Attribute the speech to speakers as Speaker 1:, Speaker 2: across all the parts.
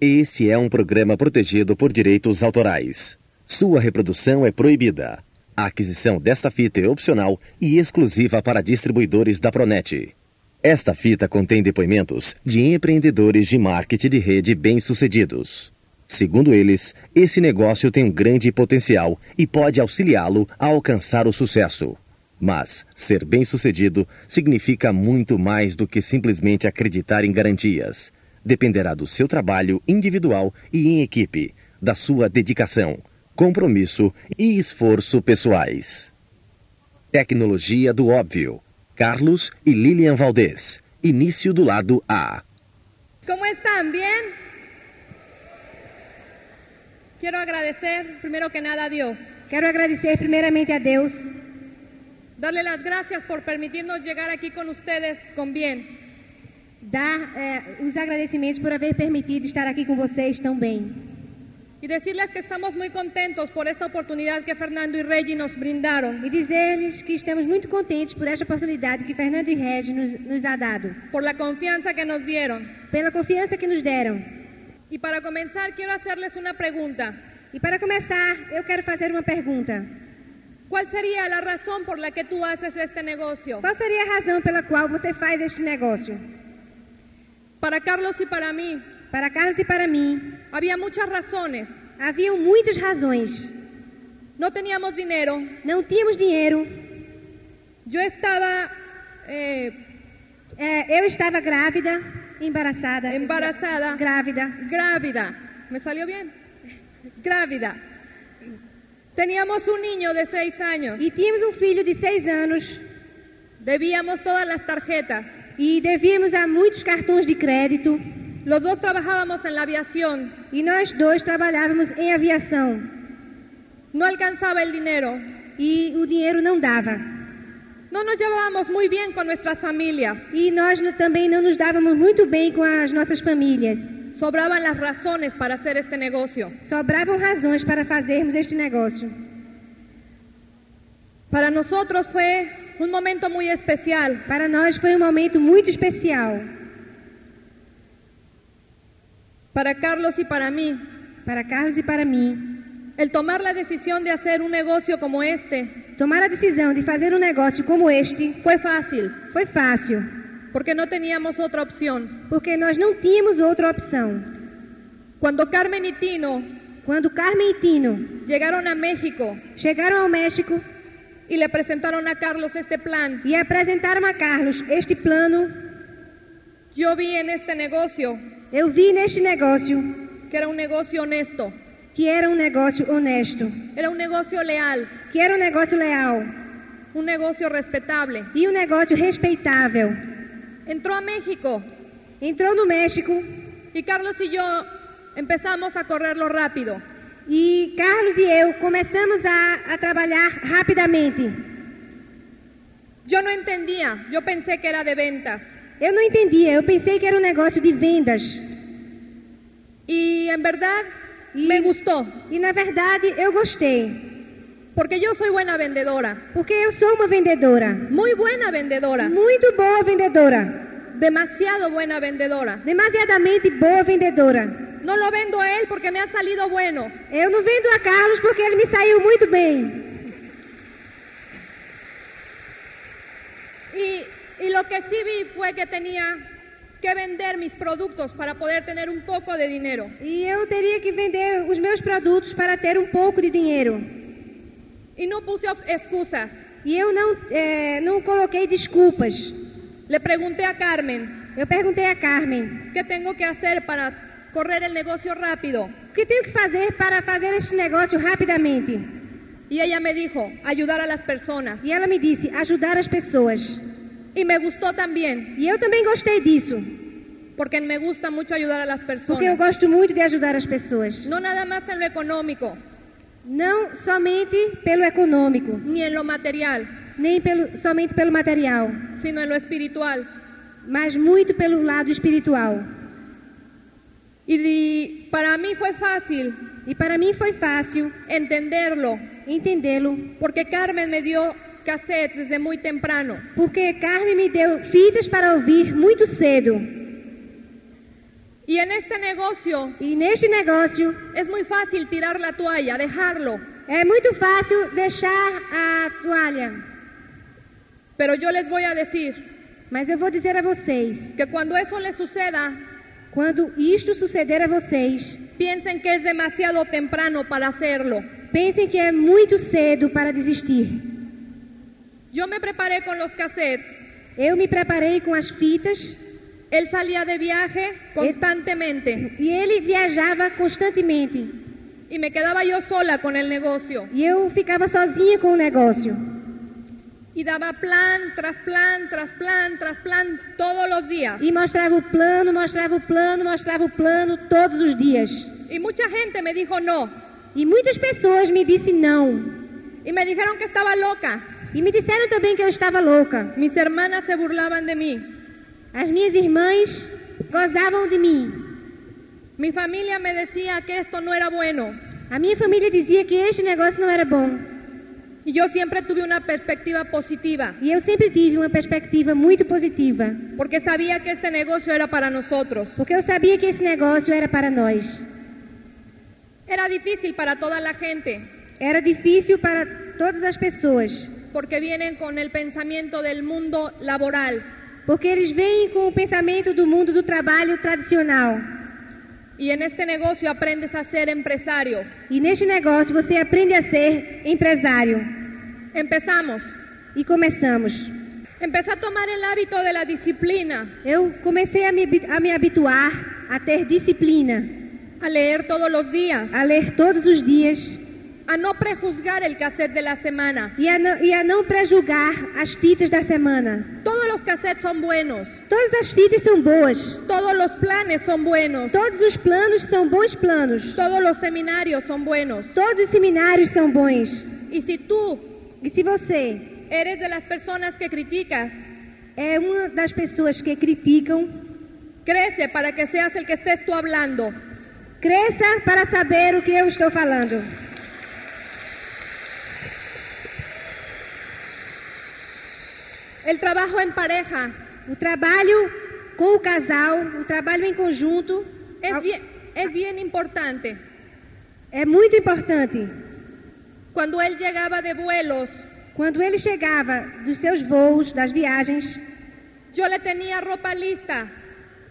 Speaker 1: Este é um programa protegido por direitos autorais. Sua reprodução é proibida. A aquisição desta fita é opcional e exclusiva para distribuidores da Pronet. Esta fita contém depoimentos de empreendedores de marketing de rede bem-sucedidos. Segundo eles, esse negócio tem um grande potencial e pode auxiliá-lo a alcançar o sucesso. Mas ser bem-sucedido significa muito mais do que simplesmente acreditar em garantias. Dependerá do seu trabalho individual e em equipe, da sua dedicação, compromisso e esforço pessoais. Tecnologia do óbvio. Carlos e Lilian Valdez. Início do lado A.
Speaker 2: ¿Cómo están? ¿Bien? Quiero agradecer primero que nada a Dios,
Speaker 3: Quero agradecer primeiramente a Deus,
Speaker 2: darle las gracias por permitirnos llegar aquí con ustedes con bien.
Speaker 3: dar eh, os agradecimentos por haver permitido estar aqui com vocês também.
Speaker 2: Y decirles que estamos muy contentos por esta oportunidad que Fernando y Reggie nos brindaron,
Speaker 3: E dizer-lhes que estamos muito contentes por esta oportunidade que Fernando e Regi nos, nos há dado,
Speaker 2: por la confianza que nos dieron.
Speaker 3: pela confianza que nos deram.
Speaker 2: Y para comenzar, quiero hacerles una pregunta.
Speaker 3: E para começar, eu quero fazer uma pergunta.
Speaker 2: ¿Cuál sería la razón por la que tú haces este negocio?
Speaker 3: Qual seria a razão pela qual você faz este negócio?
Speaker 2: Para Carlos y para mí,
Speaker 3: Para Carlos e para mim,
Speaker 2: había muchas razones.
Speaker 3: haviam muitas razões.
Speaker 2: No teníamos dinero,
Speaker 3: Não tínhamos dinheiro,
Speaker 2: yo estaba eh,
Speaker 3: eh, eu estava grávida, embaraçada.
Speaker 2: Embaraçada.
Speaker 3: Grávida.
Speaker 2: grávida. ¿Me salió bien? Grávida. Teníamos un niño de seis años.
Speaker 3: E tínhamos um filho de seis anos
Speaker 2: Debíamos todas las tarjetas.
Speaker 3: e devíamos a muitos cartões de crédito.
Speaker 2: Los dos trabajábamos en la aviación.
Speaker 3: E nós dois trabalhávamos em aviação
Speaker 2: No alcanzaba el dinero.
Speaker 3: e o dinheiro não dava.
Speaker 2: No nos llevábamos muy bien con nuestras familias.
Speaker 3: E nós no- também não nos dávamos muito bem com as nossas famílias.
Speaker 2: Sobraban las razones para hacer este negocio.
Speaker 3: Sobravam razões para fazermos este negócio.
Speaker 2: Para nosotros fue un momento muy especial.
Speaker 3: Para nós foi um momento muito especial.
Speaker 2: Para Carlos y para mí,
Speaker 3: Para Carlos e para mim,
Speaker 2: el tomar la decisión de hacer un negocio como este
Speaker 3: tomar a decisão de fazer um negócio como este
Speaker 2: fue fácil,
Speaker 3: foi fácil,
Speaker 2: porque no teníamos otra opción.
Speaker 3: porque nós não tínhamos outra opção.
Speaker 2: Cuando Carmen y Tino
Speaker 3: Quando Carmen e Tino
Speaker 2: llegaron a México
Speaker 3: chegaram ao México,
Speaker 2: y le presentaron a Carlos este plan,
Speaker 3: e apresentaram a Carlos este plano.
Speaker 2: yo vi en este negocio
Speaker 3: Eu vi neste negócio
Speaker 2: que era un negocio honesto,
Speaker 3: que era um negócio honesto,
Speaker 2: era un negocio leal,
Speaker 3: que era um negócio leal
Speaker 2: un negocio respetable.
Speaker 3: e um negócio respeitável.
Speaker 2: Entró a México
Speaker 3: Entrou no México
Speaker 2: y Carlos y yo empezamos a correrlo rápido.
Speaker 3: e Carlos e eu começamos a, a trabalhar rapidamente.
Speaker 2: Yo no entendía, yo pensé que era de ventas.
Speaker 3: Eu não entendia, eu pensei que era um negócio de vendas.
Speaker 2: Y en verdad
Speaker 3: Y-
Speaker 2: me gustó,
Speaker 3: E na verdade eu gostei,
Speaker 2: porque yo soy buena vendedora,
Speaker 3: porque eu sou uma vendedora,
Speaker 2: muy buena vendedora,
Speaker 3: muito boa vendedora,
Speaker 2: demasiado buena vendedora.
Speaker 3: demasiadamente boa vendedora.
Speaker 2: No lo vendo a él porque me ha salido bueno,
Speaker 3: Eu não vendo a Carlos porque ele me saiu muito bem.
Speaker 2: Y, y lo que sí vi fue que tenía que vender mis productos para poder tener un poco de dinero.
Speaker 3: E eu teria que vender os meus produtos para ter um pouco de dinheiro.
Speaker 2: Y no puse op- excusas.
Speaker 3: E eu não, eh, não coloquei desculpas.
Speaker 2: Le pregunté a Carmen,
Speaker 3: Eu perguntei a Carmen
Speaker 2: ¿qué tengo que hacer para correr el negocio rápido?
Speaker 3: o que tenho que fazer para fazer este negócio rapidamente.
Speaker 2: Y ella me dijo, ayudar a las personas.
Speaker 3: E ela me disse ajudar as pessoas.
Speaker 2: Y me gustó también,
Speaker 3: E eu também gostei disso,
Speaker 2: porque me gusta mucho ayudar a las
Speaker 3: porque eu
Speaker 2: personas.
Speaker 3: gosto muito de ajudar as pessoas.
Speaker 2: No nada más en lo económico,
Speaker 3: Não somente pelo econômico,
Speaker 2: ni en lo material,
Speaker 3: nem pelo, somente pelo material,
Speaker 2: sino en lo espiritual.
Speaker 3: mas muito pelo lado espiritual.
Speaker 2: Y di- para mí fue fácil
Speaker 3: E para mim foi fácil
Speaker 2: entenderlo,
Speaker 3: entendê-lo
Speaker 2: porque Carmen me dio cassettes desde muy temprano.
Speaker 3: Porque Carmen me deu fitas para ouvir muito cedo.
Speaker 2: Y Y en este negocio
Speaker 3: E neste negócio
Speaker 2: es muy fácil tirar la toalla, dejarlo.
Speaker 3: é muito fácil deixar a toalha.
Speaker 2: Pero yo les voy a decir
Speaker 3: Mas eu vou dizer a vocês:
Speaker 2: que cuando eso les suceda,
Speaker 3: quando isto suceder a vocês,
Speaker 2: piensen que es demasiado temprano para hacerlo.
Speaker 3: pensem que é muito cedo para desistir.
Speaker 2: Yo me preparé con los cassettes.
Speaker 3: Eu me preparei com as fitas
Speaker 2: Él salía de viaje constantemente
Speaker 3: e ele viajava constantemente.
Speaker 2: y me quedaba yo sola con el negocio.
Speaker 3: E eu ficava sozinha com o negócio.
Speaker 2: Y daba plan tras plan, tras plan, tras plan todos los días.
Speaker 3: E mostrava o plano, mostrava o plano, mostrava o plano todos os dias.
Speaker 2: Y mucha gente me dijo no.
Speaker 3: E muitas pessoas me disseram não.
Speaker 2: Y me dijeron que estaba loca.
Speaker 3: E me disseram também que eu estava louca.
Speaker 2: Mis hermanas se burlaban de mí.
Speaker 3: As minhas irmãs gozavam de mim.
Speaker 2: Mi familia me decía que esto no era bueno.
Speaker 3: A minha família dizia que este negócio não era bom.
Speaker 2: Y yo siempre tuve una perspectiva positiva,
Speaker 3: E eu sempre tive uma perspectiva muito positiva,
Speaker 2: porque sabía que este negocio era para nosotros.
Speaker 3: porque eu sabia que esse negócio era para nós.
Speaker 2: Era difícil para toda la gente,
Speaker 3: Era difícil para todas as pessoas,
Speaker 2: porque vienen con el pensamiento del mundo laboral.
Speaker 3: porque eles vêm com o pensamento do mundo do trabalho tradicional.
Speaker 2: Y en este negocio aprendes a ser empresario.
Speaker 3: E neste negócio você aprende a ser empresário.
Speaker 2: Empezamos.
Speaker 3: E começamos.
Speaker 2: Empecé a tomar el hábito de la disciplina,
Speaker 3: Eu comecei a me, habi- a me habituar a ter disciplina,
Speaker 2: a leer todos los días,
Speaker 3: a ler todos os dias
Speaker 2: a no prejuzgar el cassette de la semana.
Speaker 3: e a não, e a não prejulgar as fitas da semana.
Speaker 2: Todos los cassettes son buenos,
Speaker 3: Todas as fitas são boas.
Speaker 2: todos los planes son buenos,
Speaker 3: Todos os planos são bons planos.
Speaker 2: todos los seminarios son buenos.
Speaker 3: Todos os seminários são bons.
Speaker 2: Y si tú
Speaker 3: E se você
Speaker 2: eres de las personas que criticas,
Speaker 3: é uma das pessoas que criticam,
Speaker 2: crece para que seas el que estés tú hablando.
Speaker 3: cresça para saber o que eu estou falando.
Speaker 2: El trabajo en pareja
Speaker 3: O trabalho com o casal, o trabalho em conjunto,
Speaker 2: es
Speaker 3: al-
Speaker 2: bien, es bien importante.
Speaker 3: é muito importante.
Speaker 2: Cuando él llegaba de vuelos,
Speaker 3: Quando ele chegava dos seus voos, das viagens,
Speaker 2: yo le tenía ropa lista,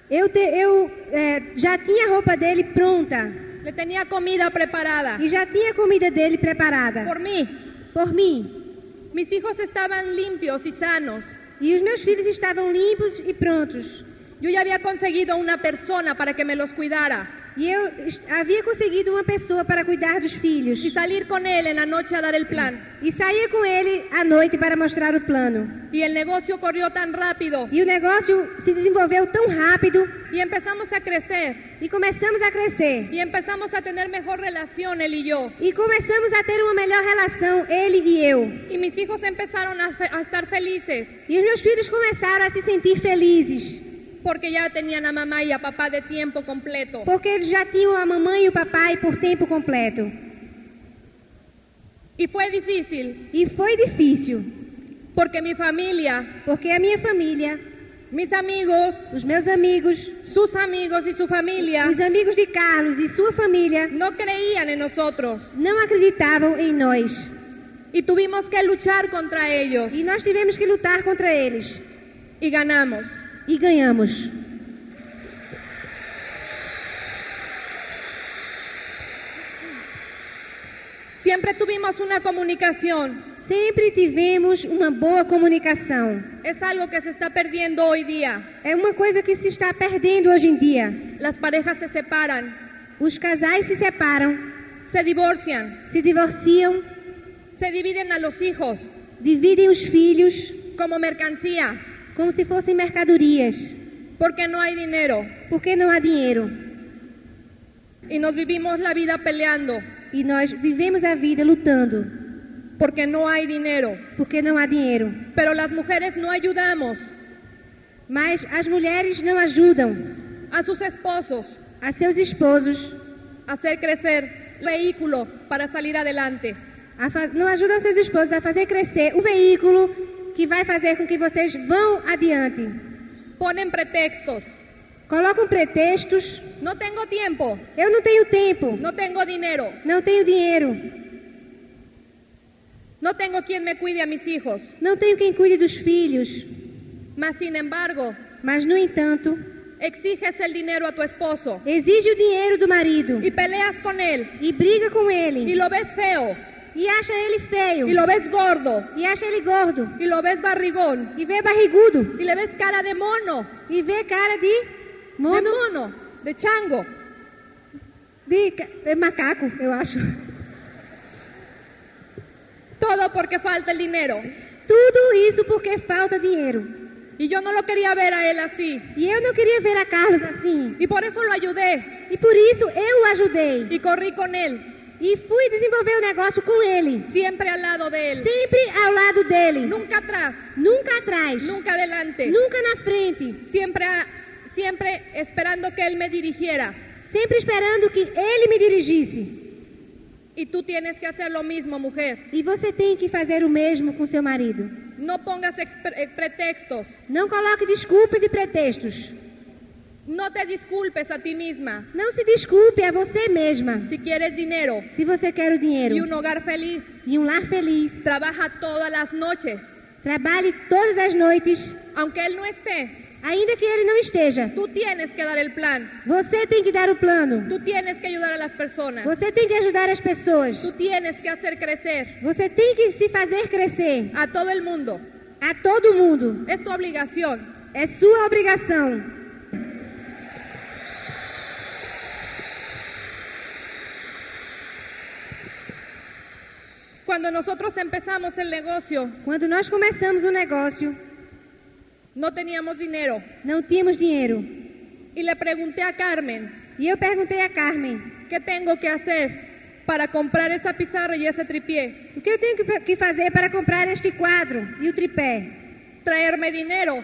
Speaker 3: eu, te- eu, é, já tinha a roupa dele pronta
Speaker 2: le tenía comida preparada.
Speaker 3: e já tinha a comida dele preparada
Speaker 2: Por mí,
Speaker 3: por mim.
Speaker 2: mis hijos estaban limpios y sanos.
Speaker 3: E os meus filhos estavam limpos e prontos.
Speaker 2: Yo ya había conseguido uma persona para que me los cuidara
Speaker 3: E eu es- havia conseguido uma pessoa para cuidar dos filhos.
Speaker 2: y salir con él en la noche a dar el plan.
Speaker 3: E saía com ele à noite para mostrar o plano.
Speaker 2: Y el negocio corrió tan rápido
Speaker 3: E o negócio se desenvolveu tão rápido
Speaker 2: y empezamos a crecer
Speaker 3: e começamos a crescer.
Speaker 2: y empezamos a tener mejor relación él y yo.
Speaker 3: E começamos a ter uma melhor relação, ele e eu.
Speaker 2: Y mis hijos empezaron a, fe- a estar felices
Speaker 3: E os meus filhos começaram a se sentir felizes,
Speaker 2: porque ya tenían a mamá y a papá de tiempo completo.
Speaker 3: porque eles já tinham a mamãe e o papai por tempo completo.
Speaker 2: Y fue difícil
Speaker 3: E foi difícil,
Speaker 2: porque mi familia,
Speaker 3: porque a minha família,
Speaker 2: mis amigos,
Speaker 3: os meus amigos,
Speaker 2: sus amigos y su familia
Speaker 3: os amigos de Carlos e sua família
Speaker 2: no creían en nosotros
Speaker 3: não acreditavam em nós.
Speaker 2: y tuvimos que luchar contra ellos
Speaker 3: E nós tivemos que lutar contra eles.
Speaker 2: y ganamos.
Speaker 3: E ganhamos.
Speaker 2: Siempre tuvimos una comunicación.
Speaker 3: Sempre tivemos uma boa comunicação.
Speaker 2: Es algo que se está perdiendo hoy día.
Speaker 3: É uma coisa que se está perdendo hoje em dia.
Speaker 2: Las parejas se separan,
Speaker 3: Os casais se separam,
Speaker 2: se divorcian,
Speaker 3: se divorciam,
Speaker 2: se dividen a los hijos
Speaker 3: dividem os filhos
Speaker 2: como mercancía
Speaker 3: como se fossem mercadorias,
Speaker 2: porque no hay dinero
Speaker 3: porque não há dinheiro.
Speaker 2: y nos vivimos la vida peleando
Speaker 3: E nós vivemos a vida lutando,
Speaker 2: porque no hay dinero.
Speaker 3: porque não há dinheiro.
Speaker 2: Pero las mujeres no ayudamos
Speaker 3: Mas as mulheres não ajudam
Speaker 2: a sus esposos
Speaker 3: a seus esposos,
Speaker 2: a hacer crecer vehículo para salir adelante.
Speaker 3: a fa- não ajudam seus esposos a fazer crescer o veículo que vai fazer com que vocês vão adiante.
Speaker 2: Ponen pretextos,
Speaker 3: Colocam pretextos.
Speaker 2: No tengo tiempo,
Speaker 3: Eu não tenho tempo.
Speaker 2: no tengo dinero,
Speaker 3: Não tenho dinheiro.
Speaker 2: no tengo quien me cuide a mis hijos.
Speaker 3: Não tenho quem cuide dos filhos.
Speaker 2: Mas sin embargo,
Speaker 3: Mas, no entanto,
Speaker 2: exiges el dinero a tu esposo
Speaker 3: exige o dinheiro do marido
Speaker 2: y peleas con él
Speaker 3: e briga com
Speaker 2: y
Speaker 3: ele
Speaker 2: lo ves feo
Speaker 3: e acha ele feio
Speaker 2: y lo ves gordo
Speaker 3: e acha ele gordo
Speaker 2: y lo ves barrigón
Speaker 3: e vê barrigudo
Speaker 2: y le ves cara de mono,
Speaker 3: e vê cara de mono,
Speaker 2: de mono, de chango.
Speaker 3: de, ca- é macaco, eu acho.
Speaker 2: Todo porque falta el dinero.
Speaker 3: Tudo isso porque falta dinheiro.
Speaker 2: Y yo no lo quería ver a él así.
Speaker 3: E eu não queria ver a Carlos assim.
Speaker 2: Y por eso lo ayudé
Speaker 3: E por isso eu o ajudei.
Speaker 2: y corrí con él,
Speaker 3: E fui desenvolver o negócio com ele.
Speaker 2: siempre al lado de él.
Speaker 3: Sempre ao lado dele.
Speaker 2: Nunca atrás,
Speaker 3: Nunca atrás.
Speaker 2: nunca adelante.
Speaker 3: Nunca na frente.
Speaker 2: Siempre, a- siempre esperando que él me dirigiera.
Speaker 3: Sempre esperando que ele me dirigisse.
Speaker 2: Y tú tienes que hacer lo mismo, mujer.
Speaker 3: E você tem que fazer o mesmo com seu marido.
Speaker 2: No pongas exp- eh, pretextos.
Speaker 3: Não coloque desculpas e pretextos.
Speaker 2: No te disculpes a ti misma.
Speaker 3: Não se desculpe a você mesma.
Speaker 2: Si quieres dinero
Speaker 3: Se você quer o dinheiro
Speaker 2: y un hogar feliz,
Speaker 3: e um lar feliz,
Speaker 2: trabaja todas las noches.
Speaker 3: trabalhe todas as noites,
Speaker 2: Aunque él no esté,
Speaker 3: ainda que ele não esteja.
Speaker 2: tú tienes que dar el plan.
Speaker 3: Você tem que dar o plano.
Speaker 2: Tú tienes que ayudar a las personas.
Speaker 3: Você tem que ajudar as pessoas.
Speaker 2: Tú tienes que hacer crecer
Speaker 3: Você tem que se fazer crescer
Speaker 2: a todo el mundo.
Speaker 3: a todo mundo.
Speaker 2: Es tu obligación.
Speaker 3: É sua obrigação.
Speaker 2: Cuando nosotros empezamos el negocio,
Speaker 3: Quando nós começamos um negócio,
Speaker 2: no teníamos dinero.
Speaker 3: não tínhamos dinheiro.
Speaker 2: Y le pregunté a Carmen,
Speaker 3: E eu perguntei a Carmen,
Speaker 2: ¿qué tengo que hacer para comprar esa pizarra y esse tripié?
Speaker 3: o que eu tenho que fa- que fazer para comprar este quadro e o tripé?
Speaker 2: Traerme dinero.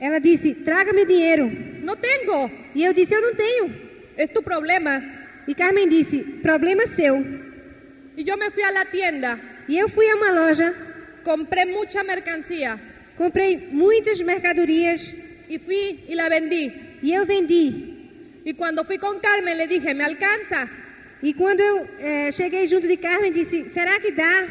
Speaker 3: Ela disse, traga-me o dinheiro.
Speaker 2: No tengo.
Speaker 3: E eu disse, eu não tenho.
Speaker 2: Es tu problema.
Speaker 3: E Carmen disse, problema seu.
Speaker 2: Y yo me fui a la tienda,
Speaker 3: E eu fui a uma loja,
Speaker 2: compré mucha mercancía
Speaker 3: comprei muitas mercadorias
Speaker 2: y fui y la vendí.
Speaker 3: e eu vendi.
Speaker 2: Y cuando fui con Carmen le dije, ¿me alcanza?
Speaker 3: E quando eu eh, cheguei junto de Carmen, disse, será que dá?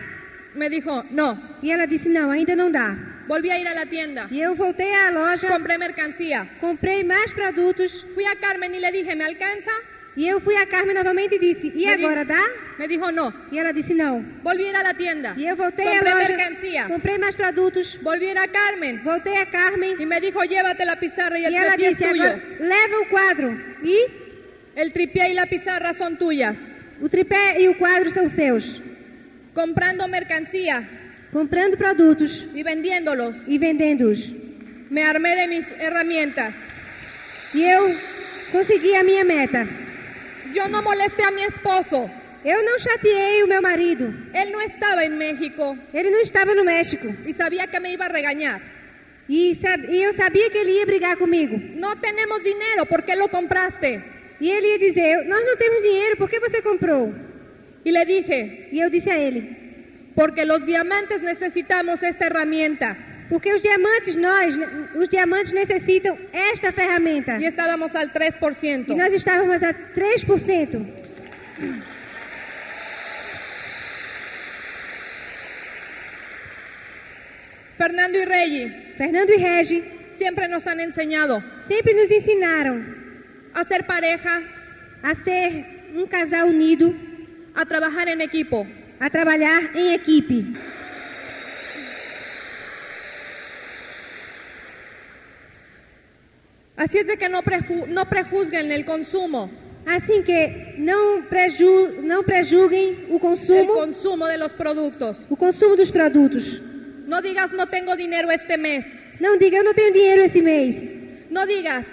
Speaker 2: Me dijo, no.
Speaker 3: E ela disse, não, ainda não dá.
Speaker 2: Volví a ir a la tienda,
Speaker 3: E eu voltei à loja,
Speaker 2: compré mercancía.
Speaker 3: comprei mais produtos
Speaker 2: Fui a Carmen y le dije, ¿me alcanza?
Speaker 3: e eu fui à Carmen novamente e disse, e
Speaker 2: Me di-
Speaker 3: agora dá?
Speaker 2: Me dijo, no.
Speaker 3: E ela disse, não.
Speaker 2: Volví a ir a la tienda,
Speaker 3: E eu voltei à
Speaker 2: compré
Speaker 3: loja,
Speaker 2: mercancía.
Speaker 3: comprei mais produtos,
Speaker 2: Volví a ir a Carmen
Speaker 3: voltei a Carmen
Speaker 2: y me dijo, llévate la pizarra y
Speaker 3: e
Speaker 2: el
Speaker 3: ela
Speaker 2: tripié es
Speaker 3: disse,
Speaker 2: tuyo.
Speaker 3: agora leva o quadro e
Speaker 2: El tripié y la pizarra son tuyas.
Speaker 3: o tripé e o quadro são seus.
Speaker 2: Comprando mercancía
Speaker 3: Comprando produtos
Speaker 2: y vendiéndolos,
Speaker 3: e vendendo-os.
Speaker 2: me armé de mis herramientas.
Speaker 3: E eu consegui a minha meta.
Speaker 2: Yo no molesté a mi esposo.
Speaker 3: Eu não chateei o meu marido.
Speaker 2: Él no estaba en México
Speaker 3: Ele não estava no México.
Speaker 2: y sabía que me iba a regañar.
Speaker 3: E, sab- e eu sabia que ele ia brigar comigo.
Speaker 2: No tenemos dinero, ¿por qué lo compraste?
Speaker 3: E ele ia dizer, "Eu- nós não temos dinheiro, por que você comprou?
Speaker 2: Y le dije,
Speaker 3: E eu disse a ele,
Speaker 2: porque los diamantes necesitamos esta herramienta.
Speaker 3: porque os diamantes, nós, né, os diamantes necessitam esta ferramenta.
Speaker 2: Y estábamos al
Speaker 3: E
Speaker 2: 3%.
Speaker 3: nós estávamos a 3%.
Speaker 2: Fernando y Reggie
Speaker 3: Fernando e Regi
Speaker 2: siempre nos han enseñado
Speaker 3: sempre nos ensinaram
Speaker 2: a ser pareja,
Speaker 3: a ser um casal unido,
Speaker 2: a trabajar en equipo.
Speaker 3: a trabalhar em equipe.
Speaker 2: Así es de que no, preju- no prejuzguen el consumo,
Speaker 3: Assim que não, preju não prejulguem o
Speaker 2: el
Speaker 3: consumo,
Speaker 2: consumo de los productos.
Speaker 3: o consumo dos produtos.
Speaker 2: No digas no tengo dinero este mes.
Speaker 3: Não diga, eu não tenho dinheiro esse mês.
Speaker 2: No digas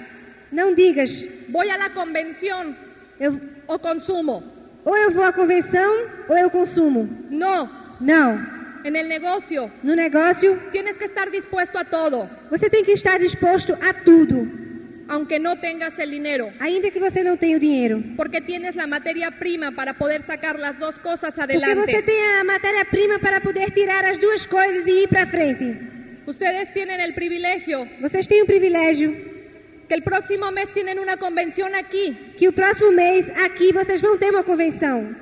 Speaker 3: Não digas,
Speaker 2: voy a la convención
Speaker 3: eu,
Speaker 2: o consumo.
Speaker 3: ou eu vou à convenção ou eu consumo.
Speaker 2: No,
Speaker 3: Não.
Speaker 2: en el negocio
Speaker 3: No negócio,
Speaker 2: tienes que estar dispuesto a todo,
Speaker 3: você tem que estar disposto a tudo,
Speaker 2: aunque no tengas el dinero,
Speaker 3: ainda que você não tenha o dinheiro.
Speaker 2: porque tienes la materia prima para poder sacar las dos cosas
Speaker 3: Porque você
Speaker 2: adelante.
Speaker 3: tem a matéria-prima para poder tirar as duas coisas e ir para frente.
Speaker 2: Ustedes tienen el privilegio
Speaker 3: Vocês têm o privilégio
Speaker 2: que el próximo mes tienen una convención aquí
Speaker 3: que o próximo mês aqui vocês vão ter uma convenção.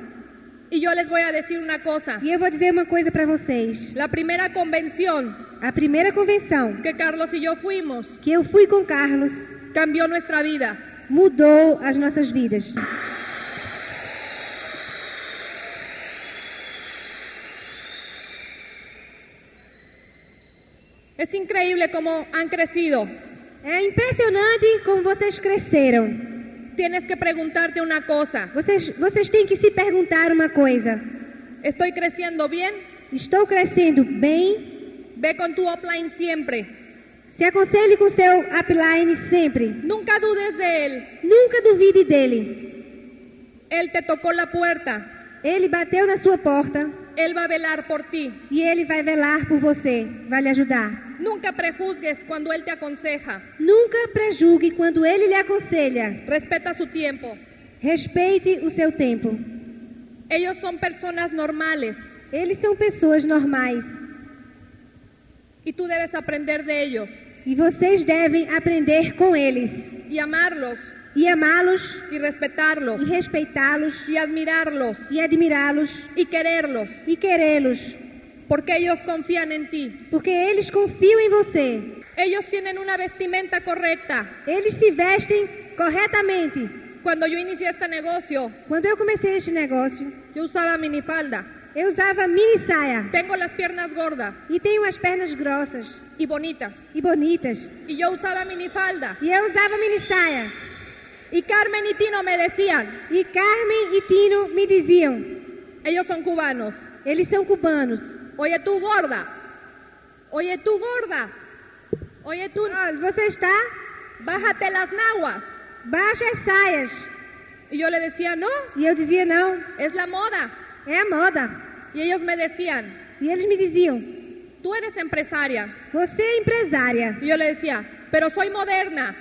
Speaker 2: y yo les voy a decir una cosa.
Speaker 3: E eu vou dizer uma coisa para vocês.
Speaker 2: La primera convención
Speaker 3: A primeira convenção
Speaker 2: que Carlos y yo fuimos
Speaker 3: que eu fui com Carlos
Speaker 2: cambió nuestra vida.
Speaker 3: mudou as nossas vidas.
Speaker 2: Es increíble cómo han crecido.
Speaker 3: É impressionante como vocês cresceram.
Speaker 2: Tienes que preguntarte una cosa.
Speaker 3: Vocês, vocês têm que se perguntar uma coisa.
Speaker 2: ¿Estoy creciendo bien?
Speaker 3: Estou crescendo bem?
Speaker 2: Ve con tu upline siempre.
Speaker 3: Se aconselhe com seu upline sempre.
Speaker 2: Nunca dudes de él.
Speaker 3: Nunca duvide dele.
Speaker 2: Él te tocó la puerta.
Speaker 3: Ele bateu na sua porta
Speaker 2: Él va a velar por ti.
Speaker 3: e ele vai velar por você, vai lhe ajudar.
Speaker 2: Nunca prejuzgues cuando él te aconseja.
Speaker 3: Nunca prejulgue quando ele lhe aconselha.
Speaker 2: Respeta su tiempo.
Speaker 3: Respeite o seu tempo.
Speaker 2: Ellos son personas normales
Speaker 3: Eles são pessoas normais
Speaker 2: y tú debes aprender de ellos
Speaker 3: e vocês devem aprender com eles
Speaker 2: y amarlos
Speaker 3: e amá-los
Speaker 2: y
Speaker 3: e
Speaker 2: respetarlos
Speaker 3: respeitá-los
Speaker 2: y admirarlos
Speaker 3: e admirá-los
Speaker 2: y quererlos
Speaker 3: e querê-los,
Speaker 2: porque ellos confían en ti.
Speaker 3: porque eles confiam em você.
Speaker 2: Ellos tienen una vestimenta correcta.
Speaker 3: Eles se vestem corretamente.
Speaker 2: Cuando yo inicié este negocio,
Speaker 3: Quando eu comecei este negócio,
Speaker 2: yo usaba minifalda.
Speaker 3: eu usava mini saia
Speaker 2: Tengo las piernas gordas
Speaker 3: e tenho as pernas grossas
Speaker 2: y bonitas.
Speaker 3: e bonitas.
Speaker 2: Y yo usaba minifalda.
Speaker 3: E eu usava mini saia.
Speaker 2: Y Carmen y Tino me decían,
Speaker 3: E Carmen e Tino me diziam:
Speaker 2: ellos son cubanos.
Speaker 3: eles são cubanos.
Speaker 2: Oye tú gorda. Oye tú gorda. Oye tú,
Speaker 3: Olha, "Ah, você está
Speaker 2: bájate las nahuas.
Speaker 3: Baixa as saias.
Speaker 2: Y yo le decía, no,
Speaker 3: E eu dizia, não,
Speaker 2: es la moda.
Speaker 3: é a moda.
Speaker 2: Y ellos me decían,
Speaker 3: E eles me diziam,
Speaker 2: tú eres empresaria.
Speaker 3: você é empresária.
Speaker 2: Y yo le decía, pero soy moderna.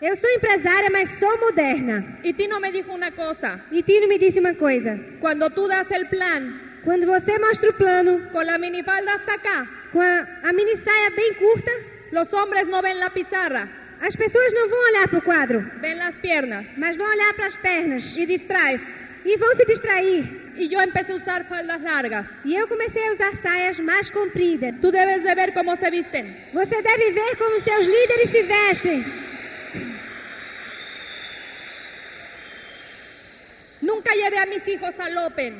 Speaker 3: Eu sou empresária, mas sou moderna.
Speaker 2: Y Tino me dijo una cosa,
Speaker 3: E Tino me disse uma coisa.
Speaker 2: cuando tú das el plan
Speaker 3: Quando você mostra o plano
Speaker 2: con la minifalda hasta acá,
Speaker 3: com a, a mini saia bem curta,
Speaker 2: los hombres no ven la pizarra,
Speaker 3: as pessoas não vão olhar para o quadro,
Speaker 2: ven las piernas
Speaker 3: mas vão olhar para as pernas
Speaker 2: y distraes.
Speaker 3: e vão se distrair.
Speaker 2: Y yo empecé a usar faldas largas.
Speaker 3: E eu comecei a usar saias mais compridas.
Speaker 2: Tú debes de ver cómo se visten.
Speaker 3: Você deve ver como seus líderes se vestem.
Speaker 2: Nunca llevé a mis hijos al Open.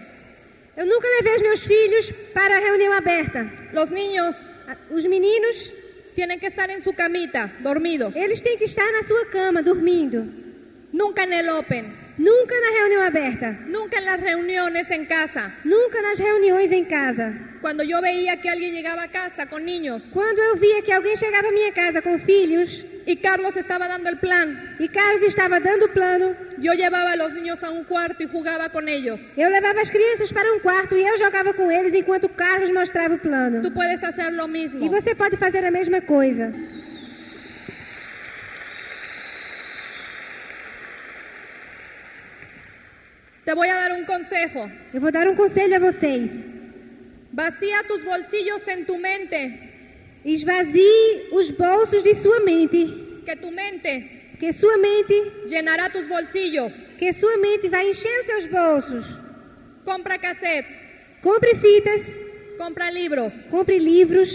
Speaker 3: Eu nunca levei os meus filhos para a reunião aberta.
Speaker 2: Los niños
Speaker 3: A- Os meninos
Speaker 2: tienen que estar en su camita, dormidos.
Speaker 3: Eles têm que estar na sua cama, dormindo.
Speaker 2: Nunca en el Open.
Speaker 3: Nunca na reunião aberta.
Speaker 2: Nunca en las reuniones en casa.
Speaker 3: Nunca nas reuniões em casa.
Speaker 2: Cuando yo veía que alguien llegaba a casa con niños
Speaker 3: Quando eu via que alguém chegava à minha casa com filhos
Speaker 2: y Carlos estaba dando el plan,
Speaker 3: e Carlos estava dando plano,
Speaker 2: yo llevaba a los niños a un cuarto y jugaba con ellos.
Speaker 3: eu levava as crianças para um quarto e eu jogava com eles enquanto Carlos mostrava o plano.
Speaker 2: Tú puedes hacer lo
Speaker 3: E
Speaker 2: mismo.
Speaker 3: você pode fazer a mesma coisa.
Speaker 2: Te voy a dar un consejo.
Speaker 3: Eu vou dar um conselho a vocês.
Speaker 2: Vacía tus bolsillos en tu mente,
Speaker 3: Esvazie os bolsos de sua mente,
Speaker 2: que tu mente
Speaker 3: que sua mente,
Speaker 2: llenará tus bolsillos.
Speaker 3: que sua mente vai encher os seus bolsos.
Speaker 2: Compra cassettes,
Speaker 3: Compre fitas,
Speaker 2: compra libros,
Speaker 3: compre livros,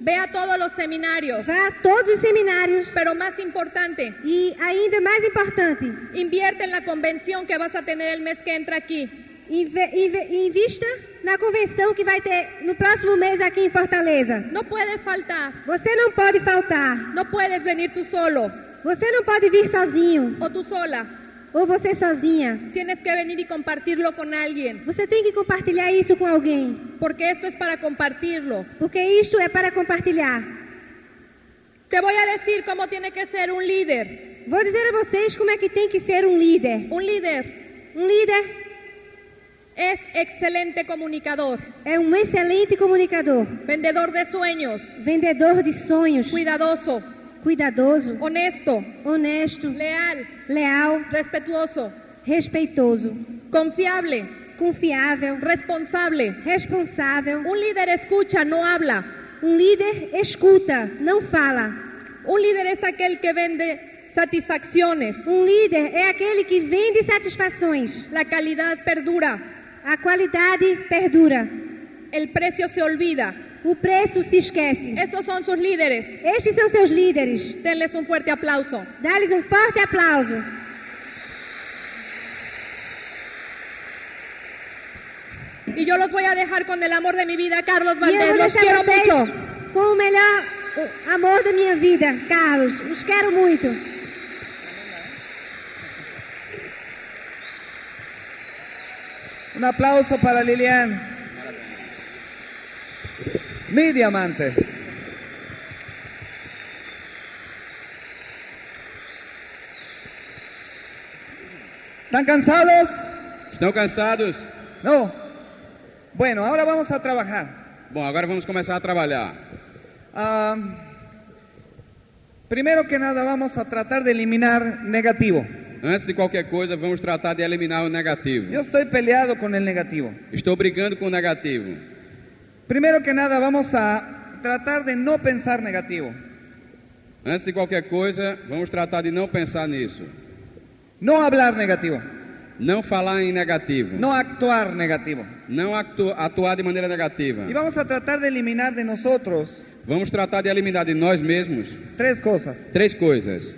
Speaker 2: ve a todos los seminarios,
Speaker 3: Vá a todos os seminários
Speaker 2: pero más importante,
Speaker 3: e, ainda mais importante,
Speaker 2: invierte en la convención que vas a tener el mes que entra aquí.
Speaker 3: inve- inve- invista na convenção que vai ter no próximo mês aqui em Fortaleza.
Speaker 2: No puedes faltar,
Speaker 3: Você não pode faltar.
Speaker 2: no puedes venir tú solo
Speaker 3: Você não pode vir sozinho
Speaker 2: o tú sola.
Speaker 3: ou você sozinha.
Speaker 2: Tienes que venir y compartirlo con alguien,
Speaker 3: Você tem que compartilhar isso com alguém,
Speaker 2: porque esto es para compartirlo.
Speaker 3: porque isto é para compartilhar.
Speaker 2: Te voy a decir cómo tiene que ser un líder.
Speaker 3: Vou dizer a vocês como é que tem que ser um líder.
Speaker 2: Un líder
Speaker 3: Um líder
Speaker 2: es excelente comunicador,
Speaker 3: é um excelente comunicador,
Speaker 2: vendedor de sueños,
Speaker 3: vendedor de sonhos,
Speaker 2: cuidadoso,
Speaker 3: cuidadoso,
Speaker 2: honesto,
Speaker 3: honesto,
Speaker 2: leal,
Speaker 3: leal,
Speaker 2: respetuoso,
Speaker 3: respeitoso.
Speaker 2: confiable,
Speaker 3: confiável,
Speaker 2: responsable.
Speaker 3: responsável.
Speaker 2: Un líder escucha, no habla.
Speaker 3: Um líder escuta, não fala.
Speaker 2: Un líder es aquel que vende satisfacciones.
Speaker 3: Um líder é aquele que vende satisfações.
Speaker 2: La calidad perdura,
Speaker 3: A qualidade perdura.
Speaker 2: el precio se olvida.
Speaker 3: O preço se esquece.
Speaker 2: Esos son sus líderes.
Speaker 3: Estes são seus líderes.
Speaker 2: Denles un fuerte aplauso.
Speaker 3: Dá-lhes um forte aplauso.
Speaker 2: Y yo los voy a dejar con el amor de mi vida, Carlos
Speaker 3: E eu
Speaker 2: Valdés.
Speaker 3: vou
Speaker 2: Los
Speaker 3: deixar
Speaker 2: quiero
Speaker 3: vocês
Speaker 2: mucho.
Speaker 3: com o melhor o amor da minha vida, Carlos. Os quero muito.
Speaker 4: Un aplauso para Lilian. Mi diamante. ¿Están cansados?
Speaker 5: Estão cansados?
Speaker 4: No. Bueno, ahora vamos a trabajar.
Speaker 5: Bom, agora vamos começar a trabalhar.
Speaker 4: Ah, primero que nada vamos a tratar de eliminar negativo.
Speaker 5: Antes de qualquer coisa, vamos tratar de eliminar o negativo.
Speaker 4: Yo estoy peleado con el negativo.
Speaker 5: Estou brigando com o negativo.
Speaker 4: Primero que nada vamos a tratar de no pensar negativo.
Speaker 5: Antes de qualquer coisa, vamos tratar de não pensar nisso.
Speaker 4: No hablar negativo.
Speaker 5: Não falar em negativo.
Speaker 4: No actuar negativo.
Speaker 5: Não actu- atuar de maneira negativa.
Speaker 4: Y vamos a tratar de eliminar de nosotros
Speaker 5: Vamos tratar de eliminar de nós mesmos
Speaker 4: tres cosas.
Speaker 5: três coisas: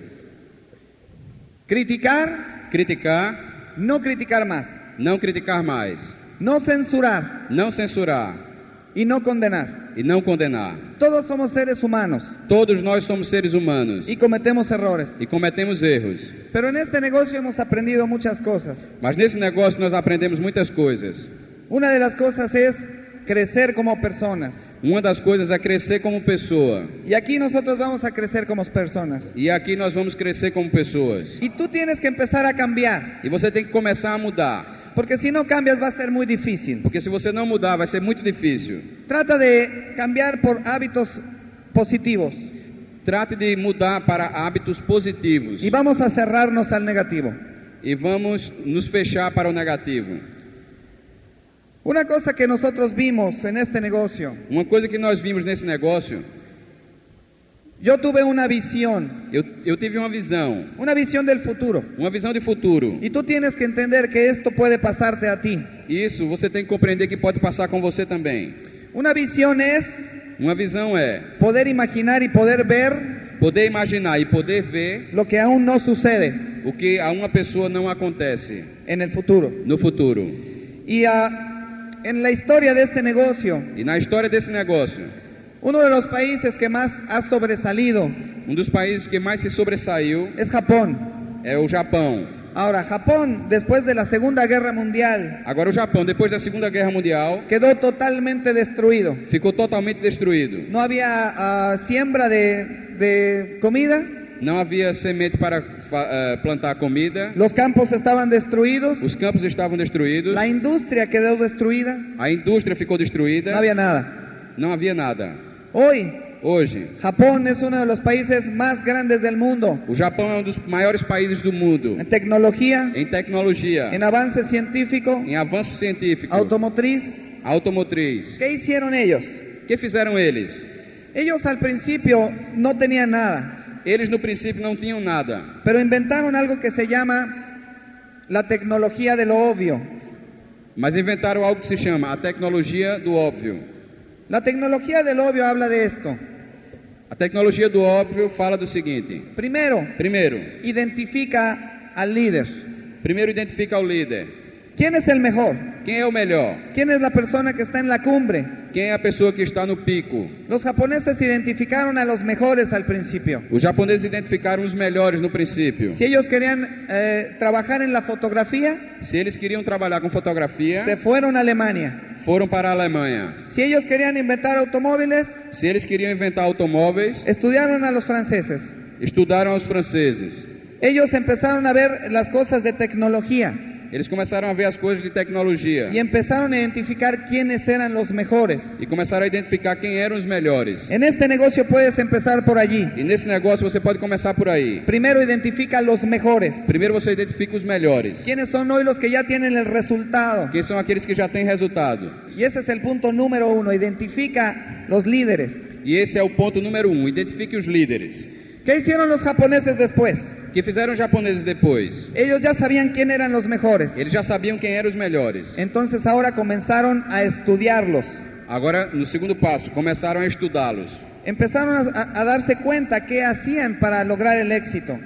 Speaker 4: Criticar,
Speaker 5: criticar,
Speaker 4: no criticar más.
Speaker 5: não criticar mais,
Speaker 4: No censurar
Speaker 5: não censurar
Speaker 4: y no condenar.
Speaker 5: e não condenar.
Speaker 4: Todos somos seres humanos
Speaker 5: Todos nós somos seres humanos
Speaker 4: y cometemos errores.
Speaker 5: e cometemos erros.
Speaker 4: Pero en este negocio hemos aprendido muchas cosas.
Speaker 5: Mas nesse negócio nós aprendemos muitas coisas.
Speaker 4: Una de las cosas es crecer como personas.
Speaker 5: Uma das coisas é crescer como pessoa.
Speaker 4: Y aquí nosotros vamos a crecer como personas.
Speaker 5: E aqui nós vamos crescer como pessoas.
Speaker 4: Y tú tienes que empezar a cambiar,
Speaker 5: E você tem que começar a mudar.
Speaker 4: porque si no cambias va a ser muy difícil.
Speaker 5: Porque se você não mudar, vai ser muito difícil.
Speaker 4: Trata de cambiar por hábitos positivos.
Speaker 5: Trate de mudar para hábitos positivos.
Speaker 4: Y vamos a cerrarnos al negativo.
Speaker 5: E vamos nos fechar para o negativo.
Speaker 4: Una cosa que nosotros vimos en este negocio,
Speaker 5: Uma coisa que nós vimos nesse negócio,
Speaker 4: yo tuve una visión,
Speaker 5: eu, eu tive uma visão.
Speaker 4: una visión del futuro.
Speaker 5: Uma visão de futuro.
Speaker 4: Y tú tienes que entender que esto puede pasarte a ti.
Speaker 5: Isso você tem que compreender que pode passar com você também.
Speaker 4: Una visión es
Speaker 5: Uma visão é
Speaker 4: poder imaginar y poder ver
Speaker 5: poder imaginar e poder ver
Speaker 4: lo que aún no sucede
Speaker 5: o que a uma pessoa não acontece
Speaker 4: en el futuro.
Speaker 5: no futuro.
Speaker 4: Y ah, en la historia de este negocio,
Speaker 5: E na história desse negócio,
Speaker 4: uno de los países que más ha sobresalido
Speaker 5: um dos países que mais se sobressaiu
Speaker 4: es Japón.
Speaker 5: é o Japão.
Speaker 4: Ahora, Japón, después de la Segunda Guerra Mundial,
Speaker 5: Agora, o Japão, depois da Segunda Guerra Mundial,
Speaker 4: quedó totalmente destruido.
Speaker 5: ficou totalmente destruído.
Speaker 4: No había ah, siembra de, de comida,
Speaker 5: Não havia semente para fa- eh, plantar comida,
Speaker 4: los campos estaban destruidos,
Speaker 5: os campos estavam destruídos,
Speaker 4: la industria quedó destruida,
Speaker 5: a indústria ficou destruída,
Speaker 4: no había nada.
Speaker 5: não havia nada.
Speaker 4: Hoy,
Speaker 5: Hoje,
Speaker 4: Japón es uno de los países más grandes del mundo
Speaker 5: o Japão é um dos maiores países do mundo
Speaker 4: en tecnología,
Speaker 5: em tecnologia,
Speaker 4: en avance científico,
Speaker 5: em avanço científico,
Speaker 4: automotriz.
Speaker 5: automotriz.
Speaker 4: ¿Qué hicieron ellos?
Speaker 5: O que fizeram eles?
Speaker 4: Ellos al principio no tenían nada,
Speaker 5: Eles no princípio não tinham nada,
Speaker 4: pero inventaron algo que se llama la tecnología de lo obvio.
Speaker 5: mas inventaram algo que se chama a tecnologia do óbvio.
Speaker 4: La tecnología del obvio habla de esto.
Speaker 5: A tecnologia do óbvio fala do seguinte:
Speaker 4: Primero,
Speaker 5: primeiro,
Speaker 4: identifica al líder.
Speaker 5: primeiro identifica o líder.
Speaker 4: ¿Quién es el mejor?
Speaker 5: Quem é o melhor?
Speaker 4: ¿Quién es la persona que está en la cumbre?
Speaker 5: Quem é a pessoa que está no pico?
Speaker 4: Los japoneses identificaron a los mejores al principio.
Speaker 5: Os japoneses identificaram os melhores no princípio.
Speaker 4: Si ellos querían eh, trabajar en la fotografía,
Speaker 5: Se eles queriam trabalhar com
Speaker 4: se
Speaker 5: fotografia,
Speaker 4: fueron a Alemania.
Speaker 5: foram para a Alemanha.
Speaker 4: Si ellos querían inventar automóviles,
Speaker 5: Se eles queriam inventar automóveis,
Speaker 4: estudiaron a los franceses.
Speaker 5: estudaram os franceses.
Speaker 4: Ellos empezaron a ver las cosas de tecnología
Speaker 5: Eles começaram a ver as coisas de tecnologia
Speaker 4: y empezaron a identificar quiénes eran los mejores.
Speaker 5: e começaram a identificar quem eram os melhores.
Speaker 4: En este negocio puedes empezar por allí.
Speaker 5: E nesse negócio você pode começar por aí.
Speaker 4: Primero identifica a los mejores.
Speaker 5: Primeiro você identifica os melhores.
Speaker 4: ¿Quiénes son hoy los que ya tienen el resultado?
Speaker 5: Quem são aqueles que já têm resultado.
Speaker 4: Y ese es el punto número uno, identifica los líderes.
Speaker 5: E esse é o ponto número um. Identifique os líderes.
Speaker 4: ¿Qué hicieron los japoneses después?
Speaker 5: que fizeram os japoneses depois.
Speaker 4: Ellos ya sabían quién eran los mejores.
Speaker 5: Eles já sabiam quem eram os melhores.
Speaker 4: Entonces ahora comenzaron a estudiarlos.
Speaker 5: Agora, no segundo passo, começaram a estudá-los.
Speaker 4: Empezaron a, a darse cuenta qué hacían para lograr el éxito.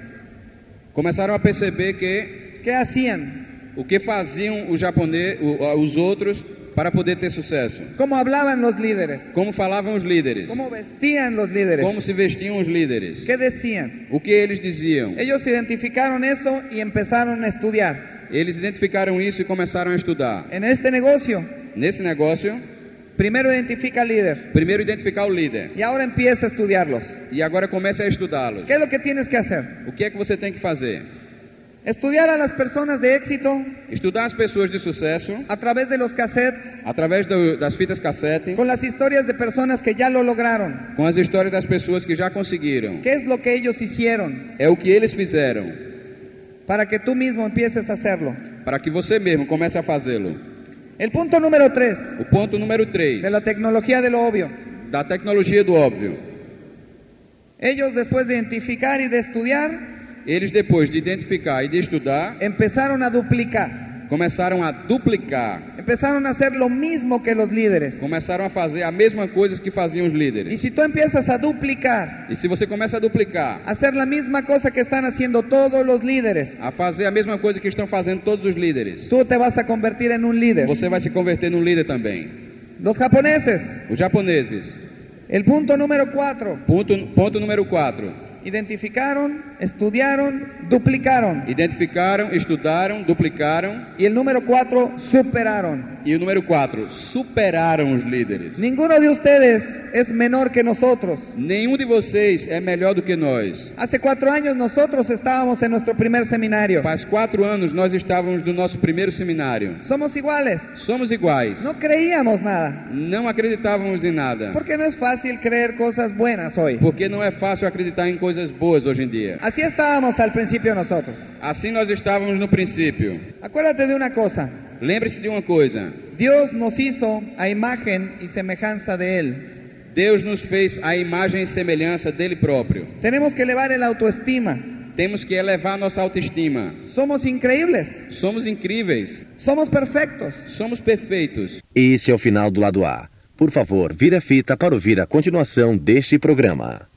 Speaker 5: Começaram a perceber que
Speaker 4: ¿Qué hacían?
Speaker 5: o que faziam os japoneses, os outros, para poder ter sucesso.
Speaker 4: ¿Cómo hablaban los líderes?
Speaker 5: Como falavam os líderes.
Speaker 4: ¿Cómo vestían los líderes?
Speaker 5: Como se vestiam os líderes.
Speaker 4: ¿Qué decían?
Speaker 5: O que eles diziam.
Speaker 4: Ellos identificaron eso y empezaron a estudiar.
Speaker 5: Eles identificaram isso e começaram a estudar.
Speaker 4: En este negocio,
Speaker 5: Nesse negócio,
Speaker 4: primero identifica al líder
Speaker 5: primeiro identificar o líder.
Speaker 4: y ahora empieza a estudiarlos.
Speaker 5: E agora comece a estudá-los.
Speaker 4: ¿Qué es lo que tienes que hacer?
Speaker 5: O que é que você tem que fazer?
Speaker 4: Estudiar a las personas de éxito
Speaker 5: Estudar as pessoas de sucesso
Speaker 4: a través de los cassettes,
Speaker 5: através do- das fitas cassete,
Speaker 4: con las historias de personas que ya lo lograron.
Speaker 5: com as histórias das pessoas que já conseguiram.
Speaker 4: ¿Qué es lo que ellos hicieron
Speaker 5: É o que eles fizeram
Speaker 4: para que tú mismo empieces a hacerlo?
Speaker 5: para que você mesmo comece a fazê-lo.
Speaker 4: El punto número tres
Speaker 5: O ponto número
Speaker 4: de
Speaker 5: 3,
Speaker 4: la tecnología de lo obvio.
Speaker 5: da tecnologia do óbvio.
Speaker 4: Ellos después de identificar y de estudiar,
Speaker 5: Eles depois de identificar e de estudar,
Speaker 4: empezaron a duplicar.
Speaker 5: começaram a duplicar,
Speaker 4: Empezaron a hacer lo mismo que los líderes.
Speaker 5: começaram a fazer a mesma coisa que faziam os
Speaker 4: Y
Speaker 5: líderes.
Speaker 4: si tú empiezas a duplicar,
Speaker 5: E se você começa a duplicar,
Speaker 4: a hacer la misma cosa que están haciendo todos los líderes,
Speaker 5: a fazer a mesma coisa que estão fazendo todos os líderes,
Speaker 4: tú te vas a convertir en un líder.
Speaker 5: você vai se converter num líder também.
Speaker 4: Los japoneses,
Speaker 5: Os japoneses,
Speaker 4: el punto número cuatro,
Speaker 5: ponto, ponto número 4,
Speaker 4: identificaron, estudiaron, duplicaron.
Speaker 5: identificaram, estudaram, duplicaram.
Speaker 4: Y el número cuatro, superaron.
Speaker 5: E o número 4, superaram os líderes.
Speaker 4: Ninguno de ustedes es menor que nosotros.
Speaker 5: Nenhum de vocês é melhor do que nós.
Speaker 4: Hace cuatro años nosotros estábamos en nuestro primer seminario.
Speaker 5: Faz quatro anos nós estávamos no nosso primeiro seminário.
Speaker 4: Somos iguales.
Speaker 5: Somos iguais.
Speaker 4: No creíamos nada.
Speaker 5: Não acreditávamos em nada.
Speaker 4: Porque no es fácil creer cosas buenas hoy.
Speaker 5: Porque não é fácil acreditar em coisas boas hoje em dia.
Speaker 4: Así estábamos al principio nosotros.
Speaker 5: Assim nós estávamos no princípio.
Speaker 4: Acuérdate de una cosa.
Speaker 5: Lembre-se de uma coisa:
Speaker 4: Dios nos hizo a imagen y semejanza de Él.
Speaker 5: Deus nos fez a imagem e semelhança dele próprio.
Speaker 4: Tenemos que elevar el autoestima.
Speaker 5: Temos que elevar nossa autoestima.
Speaker 4: Somos increíbles.
Speaker 5: Somos incríveis.
Speaker 4: Somos perfectos.
Speaker 5: Somos perfeitos.
Speaker 1: Este é o final do lado A. Por favor, vire a fita para ouvir a continuação deste programa.